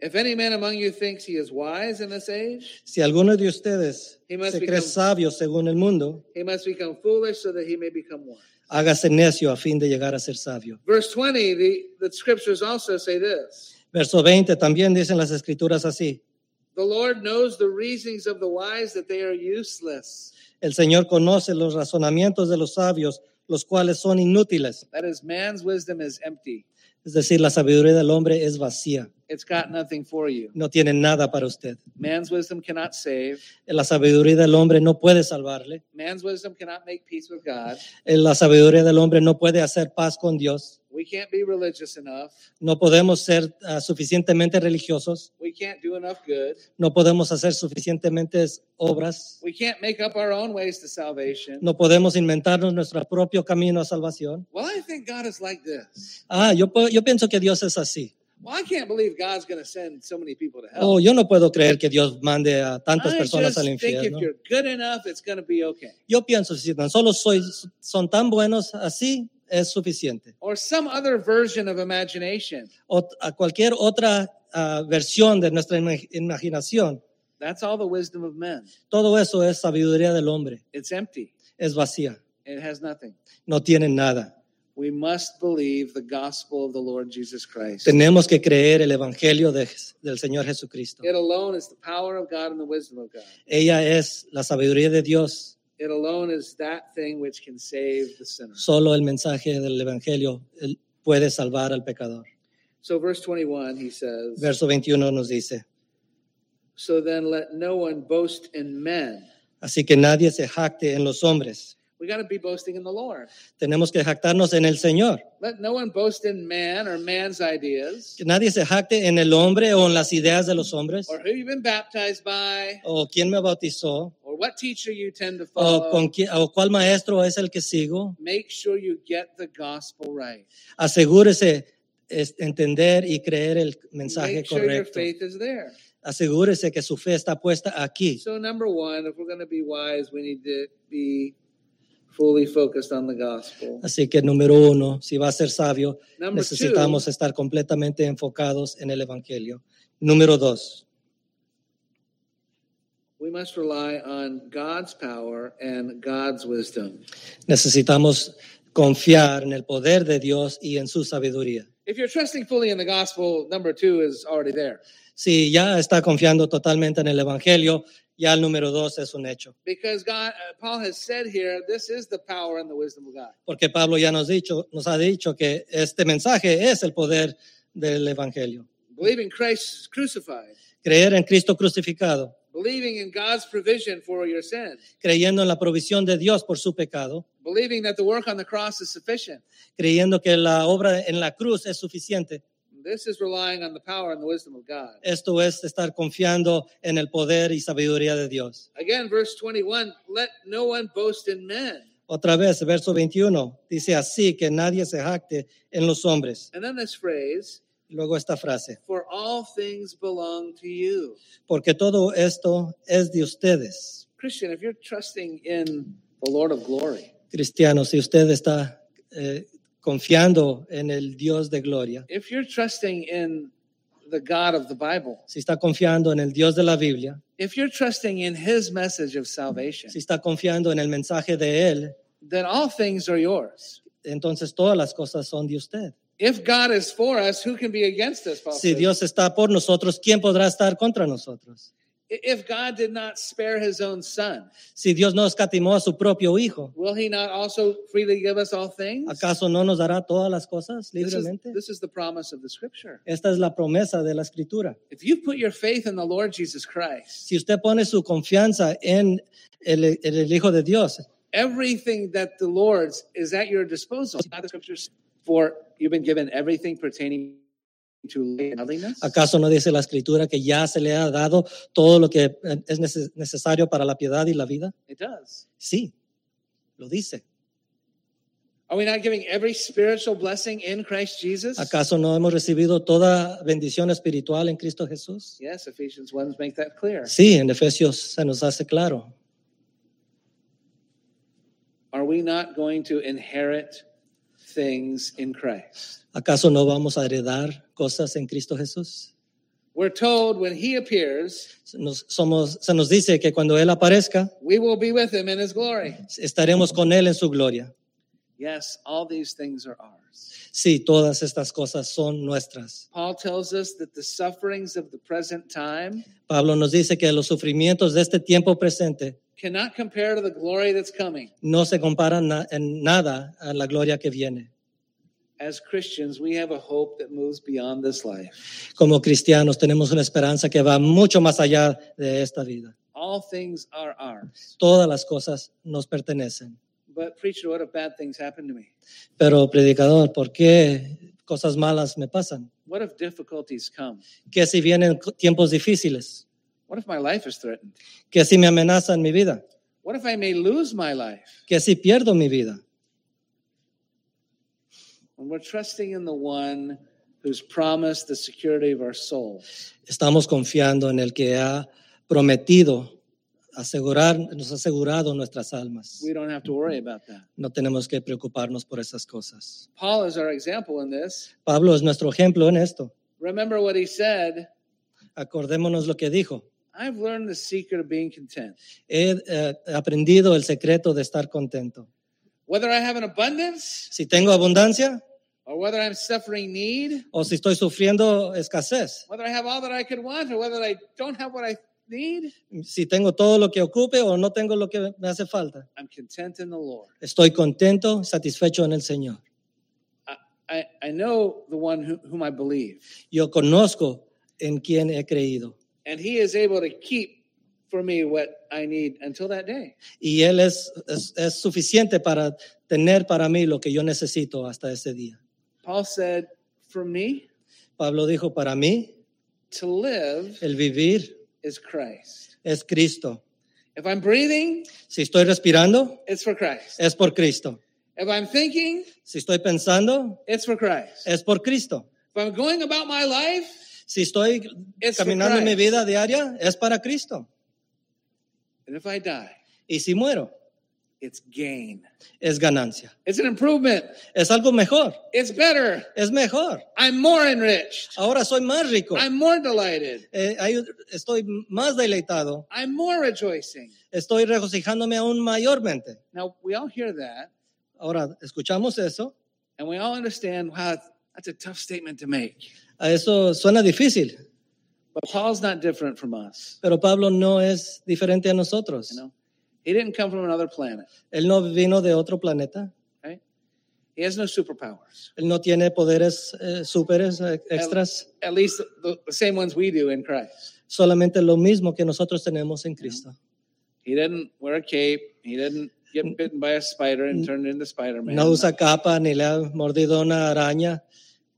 Speaker 1: If any man among you thinks he is wise in this age,
Speaker 2: Si alguno de ustedes
Speaker 1: He must
Speaker 2: se cree
Speaker 1: become-
Speaker 2: sabio según el mundo,
Speaker 1: he must become foolish so that he may become wise.
Speaker 2: hágase necio a fin de llegar a ser sabio.
Speaker 1: Verse 20, the, the scriptures also say this
Speaker 2: Verso 20 también dicen las escrituras así.
Speaker 1: The Lord knows the reasonings of the wise that they are useless.
Speaker 2: El Señor conoce los razonamientos de los sabios, los cuales son inútiles.
Speaker 1: That is, man's wisdom is empty,
Speaker 2: Es decir, la sabiduría del hombre es vacía,
Speaker 1: it's got nothing for you.
Speaker 2: no tiene nada para usted.
Speaker 1: Man's wisdom cannot save,
Speaker 2: La sabiduría del hombre no puede salvarle.
Speaker 1: man's wisdom cannot make peace with God.
Speaker 2: La sabiduría del hombre no puede hacer paz con Dios.
Speaker 1: We can't be religious enough,
Speaker 2: No podemos ser ah, suficientemente religiosos.
Speaker 1: we can't do enough good,
Speaker 2: No podemos hacer suficientes obras.
Speaker 1: we can't make up our own ways to salvation.
Speaker 2: No podemos inventarnos nuestro propio camino a salvación.
Speaker 1: Well, I think God is like this.
Speaker 2: Ah, yo, pu- yo pienso que Dios es así.
Speaker 1: Well, I can't believe God's going to send so many people to hell.
Speaker 2: Oh, yo no puedo creer que Dios mande a tantas
Speaker 1: I
Speaker 2: personas
Speaker 1: just
Speaker 2: al
Speaker 1: think if
Speaker 2: infierno.
Speaker 1: you're good enough, it's going to be okay.
Speaker 2: Yo pienso, si tan solo soy, son tan buenos, así es suficiente.
Speaker 1: or some other version of imagination.
Speaker 2: O a cualquier otra ah, versión de nuestra ima- imaginación,
Speaker 1: That's all the wisdom of men.
Speaker 2: todo eso es sabiduría del hombre.
Speaker 1: It's empty,
Speaker 2: Es vacía,
Speaker 1: it has nothing.
Speaker 2: no tiene nada.
Speaker 1: We must believe the gospel of the Lord Jesus Christ.
Speaker 2: Tenemos que creer el Evangelio de- del Señor Jesucristo.
Speaker 1: It alone is the power of God and the wisdom of God.
Speaker 2: Ella es la sabiduría de Dios
Speaker 1: It alone is that thing which can save the sinner.
Speaker 2: Solo el mensaje del Evangelio él puede salvar al pecador.
Speaker 1: So, verse 21, he says,
Speaker 2: Verso 21 nos dice,
Speaker 1: So then let no one boast in men.
Speaker 2: así que nadie se jacte en los hombres,
Speaker 1: We got to be boasting in the Lord.
Speaker 2: Tenemos que jactarnos en el Señor.
Speaker 1: Let no one boast in man or man's ideas
Speaker 2: Que nadie se jacte en el hombre o en las ideas de los hombres,
Speaker 1: or who you've been baptized by
Speaker 2: o quién me bautizó,
Speaker 1: or what teacher you tend to
Speaker 2: o, Oh, con
Speaker 1: follow.
Speaker 2: qui- o cuál maestro es el que sigo.
Speaker 1: Make sure you get the gospel right.
Speaker 2: Asegúrese es, entender y creer el mensaje
Speaker 1: Make sure your
Speaker 2: correcto.
Speaker 1: faith is there.
Speaker 2: Asegúrese que su fe está puesta aquí.
Speaker 1: So, number one, if we're going to be wise, we need to be fully focused on the gospel.
Speaker 2: Así que número uno, si va a ser sabio,
Speaker 1: Number two,
Speaker 2: necesitamos estar completamente enfocados en el Evangelio. Número dos,
Speaker 1: we must rely on God's power and God's wisdom.
Speaker 2: necesitamos confiar en el poder de Dios y en su sabiduría.
Speaker 1: If you're trusting fully in the gospel, number two is already there
Speaker 2: Si ya está confiando totalmente en el Evangelio, ya el número dos es un hecho.
Speaker 1: because God, uh, Paul has said here, this is the power and the wisdom of God.
Speaker 2: Porque Pablo ya nos, dicho, nos ha dicho que este mensaje es el poder del Evangelio.
Speaker 1: Believing Christ crucified,
Speaker 2: Creer en Cristo crucificado,
Speaker 1: believing in God's provision for your sin,
Speaker 2: creyendo en la provisión de Dios por su pecado,
Speaker 1: believing that the work on the cross is sufficient.
Speaker 2: creyendo que la obra en la cruz es suficiente.
Speaker 1: This is relying on the power and the wisdom of God.
Speaker 2: Esto es estar confiando en el poder y sabiduría de Dios.
Speaker 1: Again, verse 21 let no one boast in men.
Speaker 2: Otra vez, verso 21 dice así que nadie se jacte en los hombres.
Speaker 1: And then this phrase,
Speaker 2: Luego esta frase,
Speaker 1: for all things belong to you.
Speaker 2: porque todo esto es de ustedes.
Speaker 1: Christian, if you're trusting in the Lord of glory,
Speaker 2: Cristianos, si usted está eh, confiando en el Dios de gloria,
Speaker 1: if you're trusting in the God of the Bible,
Speaker 2: si está confiando en el Dios de la Biblia,
Speaker 1: if you're trusting in his message of salvation,
Speaker 2: si está confiando en el mensaje de Él,
Speaker 1: then all things are yours.
Speaker 2: entonces todas las cosas son de usted.
Speaker 1: If God is for us, who can be against us? Paul
Speaker 2: Si
Speaker 1: says?
Speaker 2: Dios está por nosotros, ¿quién podrá estar contra nosotros?
Speaker 1: If God did not spare his own son,
Speaker 2: Si Dios no escatimó a su propio Hijo,
Speaker 1: will he not also freely give us all things?
Speaker 2: ¿acaso no nos dará todas las cosas
Speaker 1: This is,
Speaker 2: libremente?
Speaker 1: this is the promise of the scripture.
Speaker 2: Esta es la promesa de la Escritura.
Speaker 1: If you put your faith in the Lord Jesus Christ,
Speaker 2: Si usted pone su confianza en el, en el Hijo de Dios,
Speaker 1: everything that the Lord's is at your disposal. Not the scriptures for you've been given everything pertaining to godliness.
Speaker 2: ¿Acaso no dice la escritura que ya se le ha dado todo lo que eh, es neces- necesario para la piedad y la vida?
Speaker 1: It does.
Speaker 2: Sí, lo dice.
Speaker 1: Are we not giving every spiritual blessing in Christ Jesus?
Speaker 2: ¿Acaso no hemos recibido toda bendición espiritual en Cristo Jesús?
Speaker 1: Yes, Ephesians 1 make that clear.
Speaker 2: Sí, en Efesios se nos hace claro.
Speaker 1: Are we not going to inherit things in Christ?
Speaker 2: ¿Acaso no vamos a heredar cosas en Cristo Jesús?
Speaker 1: We're told when he appears,
Speaker 2: Se Nos, somos, se nos dice que cuando Él aparezca,
Speaker 1: we will be with him in his glory.
Speaker 2: estaremos con Él en su gloria.
Speaker 1: Yes, all these things are ours.
Speaker 2: Sí, todas estas cosas son nuestras.
Speaker 1: Paul tells us that the sufferings of the present time
Speaker 2: Pablo nos dice que los sufrimientos de este tiempo presente
Speaker 1: cannot compare to the glory that's coming.
Speaker 2: no se comparan na- en nada a la gloria que viene.
Speaker 1: As Christians, we have a hope that moves beyond this life.
Speaker 2: Como cristianos tenemos una esperanza que va mucho más allá de esta vida.
Speaker 1: All things are ours.
Speaker 2: Todas las cosas nos pertenecen.
Speaker 1: But, preacher, what if bad things happen to me?
Speaker 2: Pero, predicador, ¿por qué cosas malas me pasan?
Speaker 1: What if difficulties come?
Speaker 2: ¿Qué si vienen co- tiempos difíciles?
Speaker 1: What if my life is threatened?
Speaker 2: ¿Qué si me amenazan mi vida?
Speaker 1: What if I may lose my life?
Speaker 2: ¿Qué si pierdo mi vida?
Speaker 1: When we're trusting in the one who's promised the security of our soul,
Speaker 2: Estamos confiando en el que ha prometido asegurar, nos ha asegurado nuestras almas.
Speaker 1: we don't have to worry about that.
Speaker 2: No tenemos que preocuparnos por esas cosas.
Speaker 1: Paul is our example in this.
Speaker 2: Pablo es nuestro ejemplo en esto.
Speaker 1: Remember what he said
Speaker 2: Acordémonos lo que dijo.
Speaker 1: I've learned the secret of being content.
Speaker 2: He eh, aprendido el secreto de estar contento.
Speaker 1: Whether I have an abundance
Speaker 2: Si tengo abundancia
Speaker 1: or whether I'm suffering need,
Speaker 2: o si estoy sufriendo escasez,
Speaker 1: whether I have all that I could want or whether I don't have what I need,
Speaker 2: si tengo todo lo que ocupe o no tengo lo que me hace falta,
Speaker 1: I'm content in the Lord.
Speaker 2: estoy contento, satisfecho en el Señor.
Speaker 1: I, I know the one who, whom I believe,
Speaker 2: Yo conozco en quien he creído
Speaker 1: and he is able to keep for me what I need until that day.
Speaker 2: y Él es, es- es suficiente para tener para mí lo que yo necesito hasta ese día.
Speaker 1: Paul said, For me
Speaker 2: Pablo dijo, para mí
Speaker 1: to live
Speaker 2: el vivir
Speaker 1: is Christ.
Speaker 2: es Cristo.
Speaker 1: If I'm breathing,
Speaker 2: Si estoy respirando,
Speaker 1: it's for Christ.
Speaker 2: es por Cristo.
Speaker 1: If I'm thinking,
Speaker 2: Si estoy pensando,
Speaker 1: it's for Christ.
Speaker 2: es por Cristo.
Speaker 1: If I'm going about my life,
Speaker 2: Si estoy
Speaker 1: It's for
Speaker 2: caminando en mi
Speaker 1: Christ.
Speaker 2: vida diaria, es para Cristo.
Speaker 1: and if I die,
Speaker 2: Y si muero,
Speaker 1: it's gain.
Speaker 2: es ganancia.
Speaker 1: It's an improvement.
Speaker 2: Es algo mejor,
Speaker 1: It's better.
Speaker 2: es mejor.
Speaker 1: I'm more enriched.
Speaker 2: Ahora soy más rico,
Speaker 1: I'm more delighted.
Speaker 2: Eh, hay- estoy más deleitado,
Speaker 1: I'm more rejoicing.
Speaker 2: estoy regocijándome aún mayormente.
Speaker 1: Now, we all hear that
Speaker 2: Ahora, escuchamos eso,
Speaker 1: and we all understand wow, that's a tough statement to make.
Speaker 2: a eso suena difícil,
Speaker 1: But Paul's not different from us.
Speaker 2: pero Pablo no es diferente a nosotros.
Speaker 1: You know, he didn't come from another planet,
Speaker 2: Él no vino de otro planeta,
Speaker 1: right? He has no superpowers,
Speaker 2: él no tiene poderes eh, súperes eh, extras,
Speaker 1: at least the, the same ones we do in Christ.
Speaker 2: solamente lo mismo que nosotros tenemos en Cristo.
Speaker 1: He didn't wear a cape. He didn't get bitten by a spider and turned into Spider Man.
Speaker 2: No usa capa, ni le ha mordido una araña,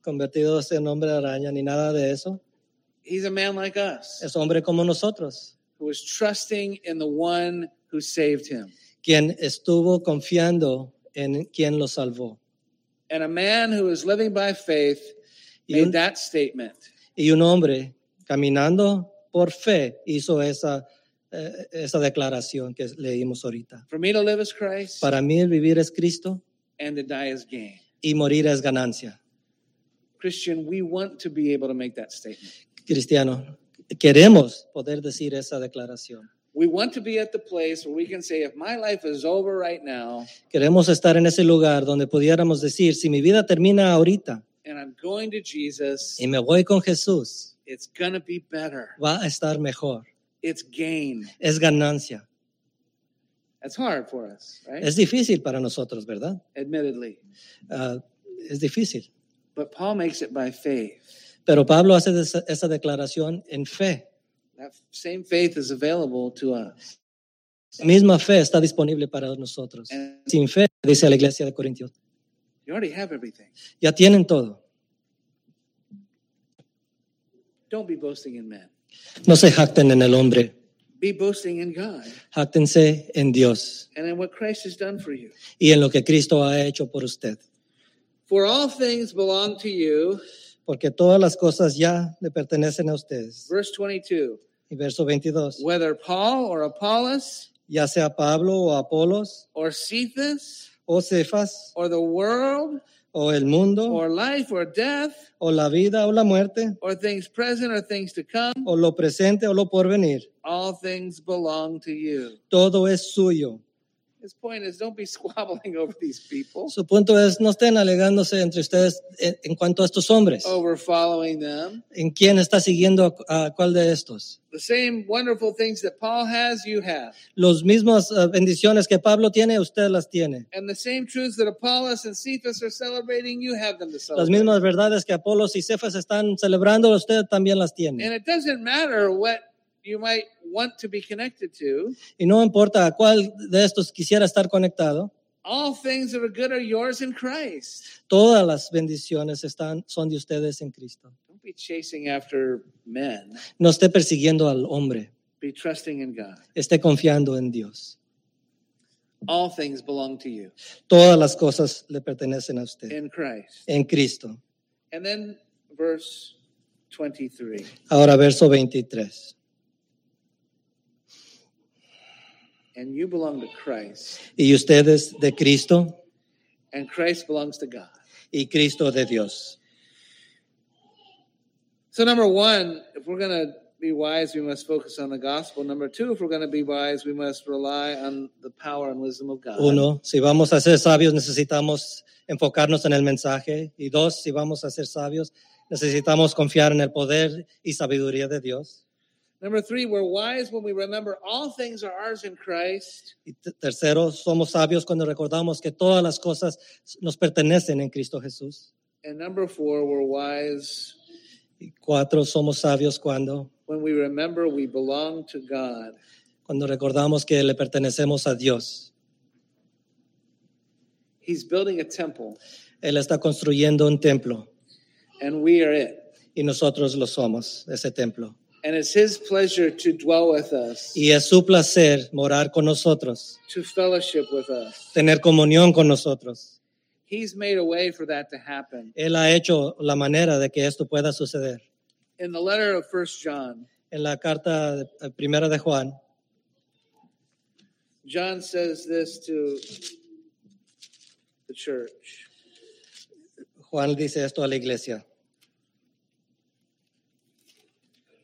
Speaker 2: convertido en hombre araña, ni nada de eso.
Speaker 1: He's a man like us
Speaker 2: Es hombre como nosotros,
Speaker 1: who is trusting in the one who saved him.
Speaker 2: quien estuvo confiando en quien lo salvó.
Speaker 1: And a man who is living by faith
Speaker 2: Y
Speaker 1: made
Speaker 2: un,
Speaker 1: that statement.
Speaker 2: y un hombre caminando por fe hizo esa, eh, esa declaración que leímos ahorita.
Speaker 1: For me to live is Christ
Speaker 2: Para mí el vivir es Cristo
Speaker 1: and to die is gain.
Speaker 2: y morir es ganancia.
Speaker 1: Christian, we want to be able to make that statement.
Speaker 2: Cristiano, queremos poder decir esa declaración.
Speaker 1: We want to be at the place where we can say, if my life is over right now
Speaker 2: Queremos estar en ese lugar donde pudiéramos decir, si mi vida termina ahorita
Speaker 1: and I'm going to Jesus,
Speaker 2: y me voy con Jesús,
Speaker 1: it's going to be better.
Speaker 2: va a estar mejor.
Speaker 1: It's gain.
Speaker 2: Es ganancia.
Speaker 1: That's hard for us, right?
Speaker 2: Es difícil para nosotros, ¿verdad?
Speaker 1: Admittedly.
Speaker 2: Ah, es difícil.
Speaker 1: But Paul makes it by faith.
Speaker 2: Pero Pablo hace esa, esa declaración en fe.
Speaker 1: That same faith is available to us.
Speaker 2: La misma fe está disponible para nosotros.
Speaker 1: And
Speaker 2: Sin fe, dice la iglesia de Corintios,
Speaker 1: you already have everything.
Speaker 2: ya tienen todo.
Speaker 1: Don't be boasting in men.
Speaker 2: No se jacten en el hombre,
Speaker 1: Be boasting in God
Speaker 2: jáctense en Dios
Speaker 1: and in what Christ has done for you.
Speaker 2: y en lo que Cristo ha hecho por usted.
Speaker 1: For all things belong to you.
Speaker 2: Porque todas las cosas ya le pertenecen a ustedes.
Speaker 1: Verse 22.
Speaker 2: Y verso 22,
Speaker 1: Whether Paul or Apollos
Speaker 2: ya sea Pablo o Apolos
Speaker 1: or Cephas
Speaker 2: o Cefas
Speaker 1: or the world
Speaker 2: o el mundo
Speaker 1: or life or death
Speaker 2: o la vida o la muerte
Speaker 1: or things present or things to come,
Speaker 2: o lo presente o lo porvenir,
Speaker 1: all things belong to you.
Speaker 2: todo es suyo.
Speaker 1: His point is don't be squabbling over these people,
Speaker 2: Su punto es, no estén alegándose entre ustedes en, en cuanto a estos hombres.
Speaker 1: over following them.
Speaker 2: ¿En quién está siguiendo a, a cuál de estos?
Speaker 1: The same wonderful things that Paul has, you have.
Speaker 2: Los mismos eh, bendiciones que Pablo tiene, usted las tiene.
Speaker 1: And the same truths that Apollos and Cephas are celebrating, you have them to
Speaker 2: Las
Speaker 1: celebrate.
Speaker 2: mismas verdades que Apolos y Cefas están celebrando, usted también las tiene.
Speaker 1: And it doesn't matter what you might want to be connected to.
Speaker 2: Y no importa a cuál de estos quisiera estar conectado,
Speaker 1: All things that are good are yours in Christ.
Speaker 2: todas las bendiciones están, son de ustedes en Cristo.
Speaker 1: Don't be chasing after men.
Speaker 2: No esté persiguiendo al hombre,
Speaker 1: Be trusting in God.
Speaker 2: esté confiando en Dios.
Speaker 1: All things belong to you
Speaker 2: Todas las cosas le pertenecen a usted
Speaker 1: in Christ.
Speaker 2: en Cristo.
Speaker 1: And then verse 23.
Speaker 2: Ahora verso 23.
Speaker 1: And you belong to Christ,
Speaker 2: Y ustedes de Cristo
Speaker 1: and Christ belongs to God.
Speaker 2: y Cristo de Dios.
Speaker 1: So, number one, if we're going to be wise, we must focus on the gospel. Number two, if we're going to be wise, we must rely on the power and wisdom of God.
Speaker 2: Uno, si vamos a ser sabios necesitamos enfocarnos en el mensaje. Y dos, si vamos a ser sabios necesitamos confiar en el poder y sabiduría de Dios.
Speaker 1: Number three, we're wise when we remember all things are ours in Christ.
Speaker 2: Y te- tercero, somos sabios cuando recordamos que todas las cosas nos pertenecen en Cristo Jesús.
Speaker 1: And number four, we're wise
Speaker 2: Y cuatro, somos sabios cuando
Speaker 1: when we remember we belong to God
Speaker 2: cuando recordamos que le pertenecemos a Dios.
Speaker 1: He's building a temple,
Speaker 2: Él está construyendo un templo
Speaker 1: and we are it.
Speaker 2: y nosotros lo somos, ese templo.
Speaker 1: And it's His pleasure to dwell with us,
Speaker 2: Y es su placer morar con nosotros,
Speaker 1: to fellowship with us.
Speaker 2: tener comunión con nosotros.
Speaker 1: He's made a way for that to happen.
Speaker 2: Él ha hecho la manera de que esto pueda suceder.
Speaker 1: In the letter of First John,
Speaker 2: En la carta de- eh, primera de Juan,
Speaker 1: John says this to the church.
Speaker 2: Juan dice esto a la iglesia.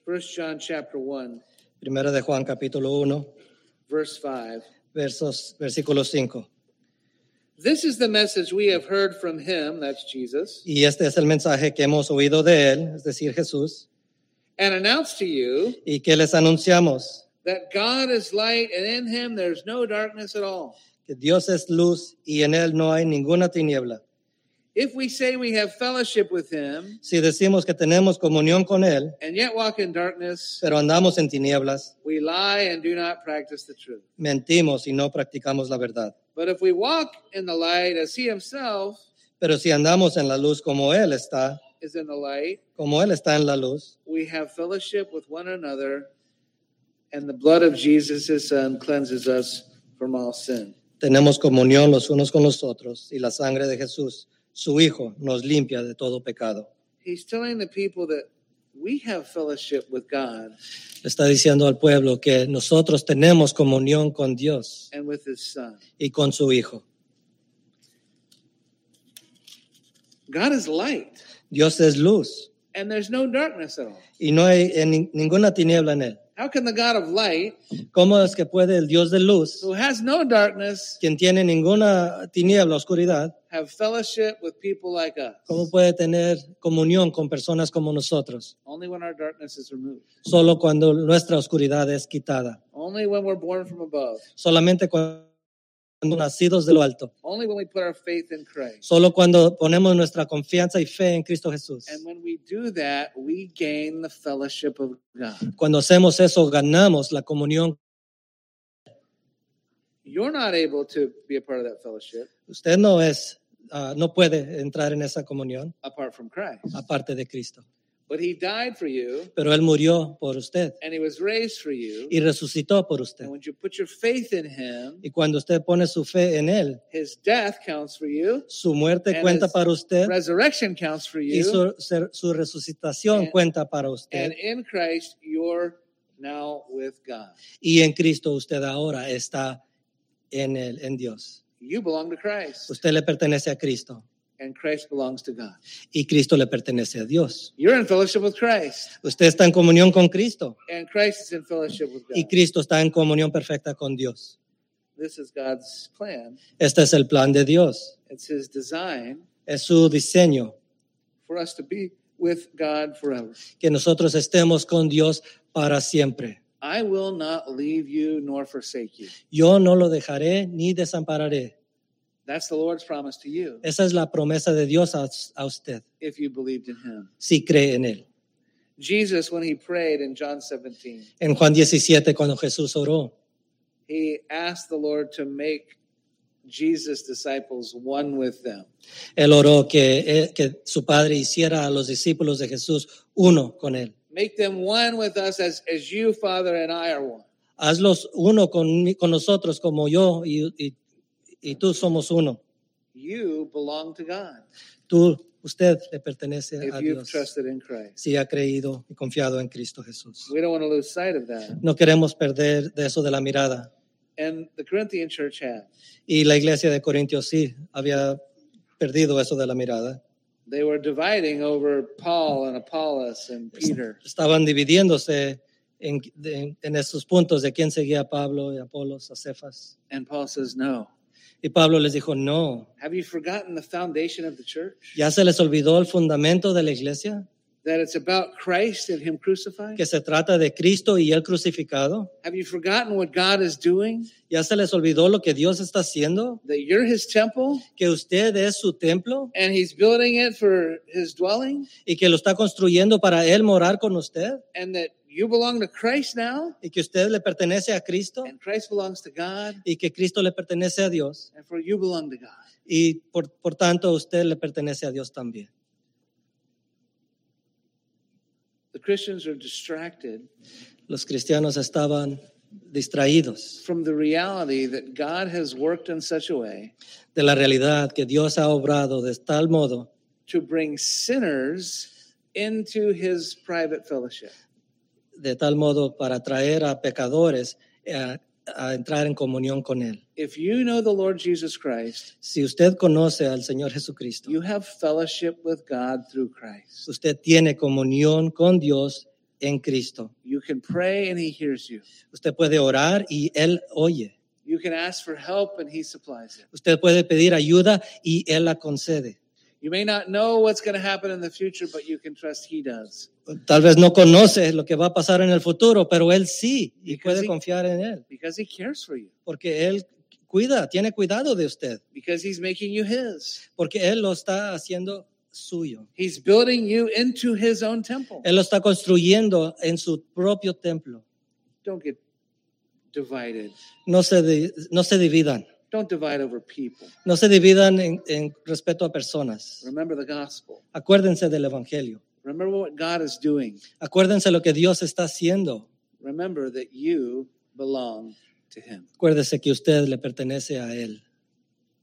Speaker 1: First John chapter 1,
Speaker 2: Primera de Juan capítulo 1,
Speaker 1: verse 5.
Speaker 2: versos, versículo 5.
Speaker 1: This is the message we have heard from him, that's Jesus,
Speaker 2: Y este es el mensaje que hemos oído de él, es decir, Jesús,
Speaker 1: and announced to you
Speaker 2: y que les anunciamos
Speaker 1: that God is light and in him there's no darkness at all.
Speaker 2: que Dios es luz y en él no hay ninguna tiniebla.
Speaker 1: If we say we have fellowship with him
Speaker 2: Si decimos que tenemos comunión con él,
Speaker 1: and yet walk in darkness,
Speaker 2: pero andamos en tinieblas,
Speaker 1: we lie and do not practice the truth.
Speaker 2: mentimos y no practicamos la verdad.
Speaker 1: But if we walk in the light as he himself
Speaker 2: Pero si andamos en la luz como él está,
Speaker 1: is in the light,
Speaker 2: como él está en la luz,
Speaker 1: we have fellowship with one another, and the blood of Jesus, his son, cleanses us from all sin.
Speaker 2: tenemos comunión los unos con los otros y la sangre de Jesús, su Hijo, nos limpia de todo pecado.
Speaker 1: He's telling the people that we have fellowship with God
Speaker 2: Le Está diciendo al pueblo que nosotros tenemos comunión con Dios
Speaker 1: and with his son.
Speaker 2: y con su Hijo.
Speaker 1: God is light,
Speaker 2: Dios es luz
Speaker 1: and there's no darkness at all.
Speaker 2: y no hay eh, ni- ninguna tiniebla en él.
Speaker 1: How can the God of light,
Speaker 2: ¿Cómo es que puede el Dios de luz,
Speaker 1: who has no darkness,
Speaker 2: quien tiene ninguna tiniebla, oscuridad,
Speaker 1: have fellowship with people like us?
Speaker 2: cómo puede tener comunión con personas como nosotros?
Speaker 1: Only when our darkness is removed,
Speaker 2: Solo cuando nuestra oscuridad es quitada,
Speaker 1: only when we're born from above,
Speaker 2: solamente cuando nacidos de lo alto,
Speaker 1: only when we put our faith in Christ.
Speaker 2: solo cuando ponemos nuestra confianza y fe en Cristo Jesús.
Speaker 1: And when we do that, we gain the fellowship of God.
Speaker 2: Cuando hacemos eso, ganamos la comunión.
Speaker 1: You're not able to be a part of that fellowship
Speaker 2: Usted no es, ah, no puede entrar en esa comunión
Speaker 1: apart from Christ.
Speaker 2: aparte de Cristo,
Speaker 1: But he died for you
Speaker 2: pero Él murió por usted
Speaker 1: and he was raised for you.
Speaker 2: y resucitó por usted.
Speaker 1: And when you put your faith in him,
Speaker 2: Y cuando usted pone su fe en Él,
Speaker 1: his death counts for you,
Speaker 2: su muerte
Speaker 1: And
Speaker 2: cuenta
Speaker 1: his
Speaker 2: para usted
Speaker 1: resurrection counts for
Speaker 2: y
Speaker 1: you,
Speaker 2: su, ser- su resucitación
Speaker 1: And-
Speaker 2: cuenta para usted.
Speaker 1: and in Christ, you're now with God.
Speaker 2: y en Cristo usted ahora está en él, en Dios.
Speaker 1: You belong to Christ
Speaker 2: Usted le pertenece a Cristo
Speaker 1: and Christ belongs to God.
Speaker 2: y Cristo le pertenece a Dios.
Speaker 1: You're in fellowship with Christ
Speaker 2: Usted está en comunión con Cristo
Speaker 1: and Christ is in fellowship with
Speaker 2: y
Speaker 1: God.
Speaker 2: Cristo está en comunión perfecta con Dios.
Speaker 1: This is God's plan.
Speaker 2: Este es el plan de Dios.
Speaker 1: It's his design
Speaker 2: Es su diseño
Speaker 1: for us to be with God forever.
Speaker 2: que nosotros estemos con Dios para siempre.
Speaker 1: I will not leave you nor forsake you.
Speaker 2: Yo no lo dejaré ni desampararé.
Speaker 1: That's the Lord's promise to you
Speaker 2: Esa es la promesa de Dios a, a usted
Speaker 1: if you believed in him.
Speaker 2: si cree en él.
Speaker 1: Jesus, when he prayed in John 17,
Speaker 2: En Juan 17 cuando Jesús oró,
Speaker 1: he asked the Lord to make Jesus' disciples one with them.
Speaker 2: Él oró que, eh, que su padre hiciera a los discípulos de Jesús uno con él.
Speaker 1: Make them one with us as, as you, Father, and I are one.
Speaker 2: Hazlos uno con, con nosotros como yo y, y- y tú somos uno.
Speaker 1: You belong to God
Speaker 2: Tú, usted le pertenece a
Speaker 1: if you've
Speaker 2: Dios
Speaker 1: trusted in Christ.
Speaker 2: si ha creído y confiado en Cristo Jesús.
Speaker 1: We don't want to lose sight of that.
Speaker 2: No queremos perder de eso de la mirada.
Speaker 1: And the Corinthian church had.
Speaker 2: Y la iglesia de Corintios sí había perdido eso de la mirada.
Speaker 1: They were dividing over Paul and Apollos and Peter.
Speaker 2: Estaban dividiéndose en, en- en esos puntos de quién seguía a Pablo y a Apolos, a Cefas.
Speaker 1: And Paul says, No.
Speaker 2: Y Pablo les dijo, no,
Speaker 1: Have you forgotten the foundation of the church?
Speaker 2: ¿Ya se les olvidó el fundamento de la iglesia?
Speaker 1: That it's about Christ and Him crucified?
Speaker 2: ¿Que se trata de Cristo y Él crucificado?
Speaker 1: Have you forgotten what God is doing?
Speaker 2: ¿Ya se les olvidó lo que Dios está haciendo?
Speaker 1: That you're His temple
Speaker 2: ¿Que usted es su templo
Speaker 1: and He's building it for His dwelling?
Speaker 2: y que lo está construyendo para Él morar con usted?
Speaker 1: And that you belong to Christ now,
Speaker 2: y que usted le pertenece a Cristo
Speaker 1: and Christ belongs to God,
Speaker 2: y que Cristo le pertenece a Dios
Speaker 1: and for you belong to God.
Speaker 2: y por, por tanto usted le pertenece a Dios también.
Speaker 1: The Christians are distracted
Speaker 2: Los cristianos estaban distraídos
Speaker 1: from the reality that God has worked in such a way
Speaker 2: de la realidad que Dios ha obrado de tal modo
Speaker 1: to bring sinners into his private fellowship.
Speaker 2: de tal modo para traer a pecadores a, a entrar en comunión con Él.
Speaker 1: If you know the Lord Jesus Christ,
Speaker 2: Si usted conoce al Señor Jesucristo,
Speaker 1: you have fellowship with God through Christ.
Speaker 2: usted tiene comunión con Dios en Cristo.
Speaker 1: You can pray and he hears you.
Speaker 2: Usted puede orar y Él oye.
Speaker 1: You can ask for help and he supplies it.
Speaker 2: Usted puede pedir ayuda y Él la concede.
Speaker 1: You may not know what's going to happen in the future, but you can trust he does.
Speaker 2: Tal vez no conoce lo que va a pasar en el futuro, pero Él sí y
Speaker 1: Because
Speaker 2: puede
Speaker 1: he-
Speaker 2: confiar en Él,
Speaker 1: because he cares for you,
Speaker 2: porque Él cuida, tiene cuidado de usted,
Speaker 1: because he's making you his.
Speaker 2: porque Él lo está haciendo suyo.
Speaker 1: He's building you into his own temple.
Speaker 2: Él lo está construyendo en su propio templo.
Speaker 1: Don't get divided.
Speaker 2: No se, di- no se dividan,
Speaker 1: Don't divide over people.
Speaker 2: no se dividan en, en respecto a personas.
Speaker 1: Remember the gospel.
Speaker 2: Acuérdense del Evangelio.
Speaker 1: Remember what God is doing.
Speaker 2: Acuérdense lo que Dios está haciendo.
Speaker 1: Remember that you belong to him.
Speaker 2: Acuérdese que usted le pertenece a Él.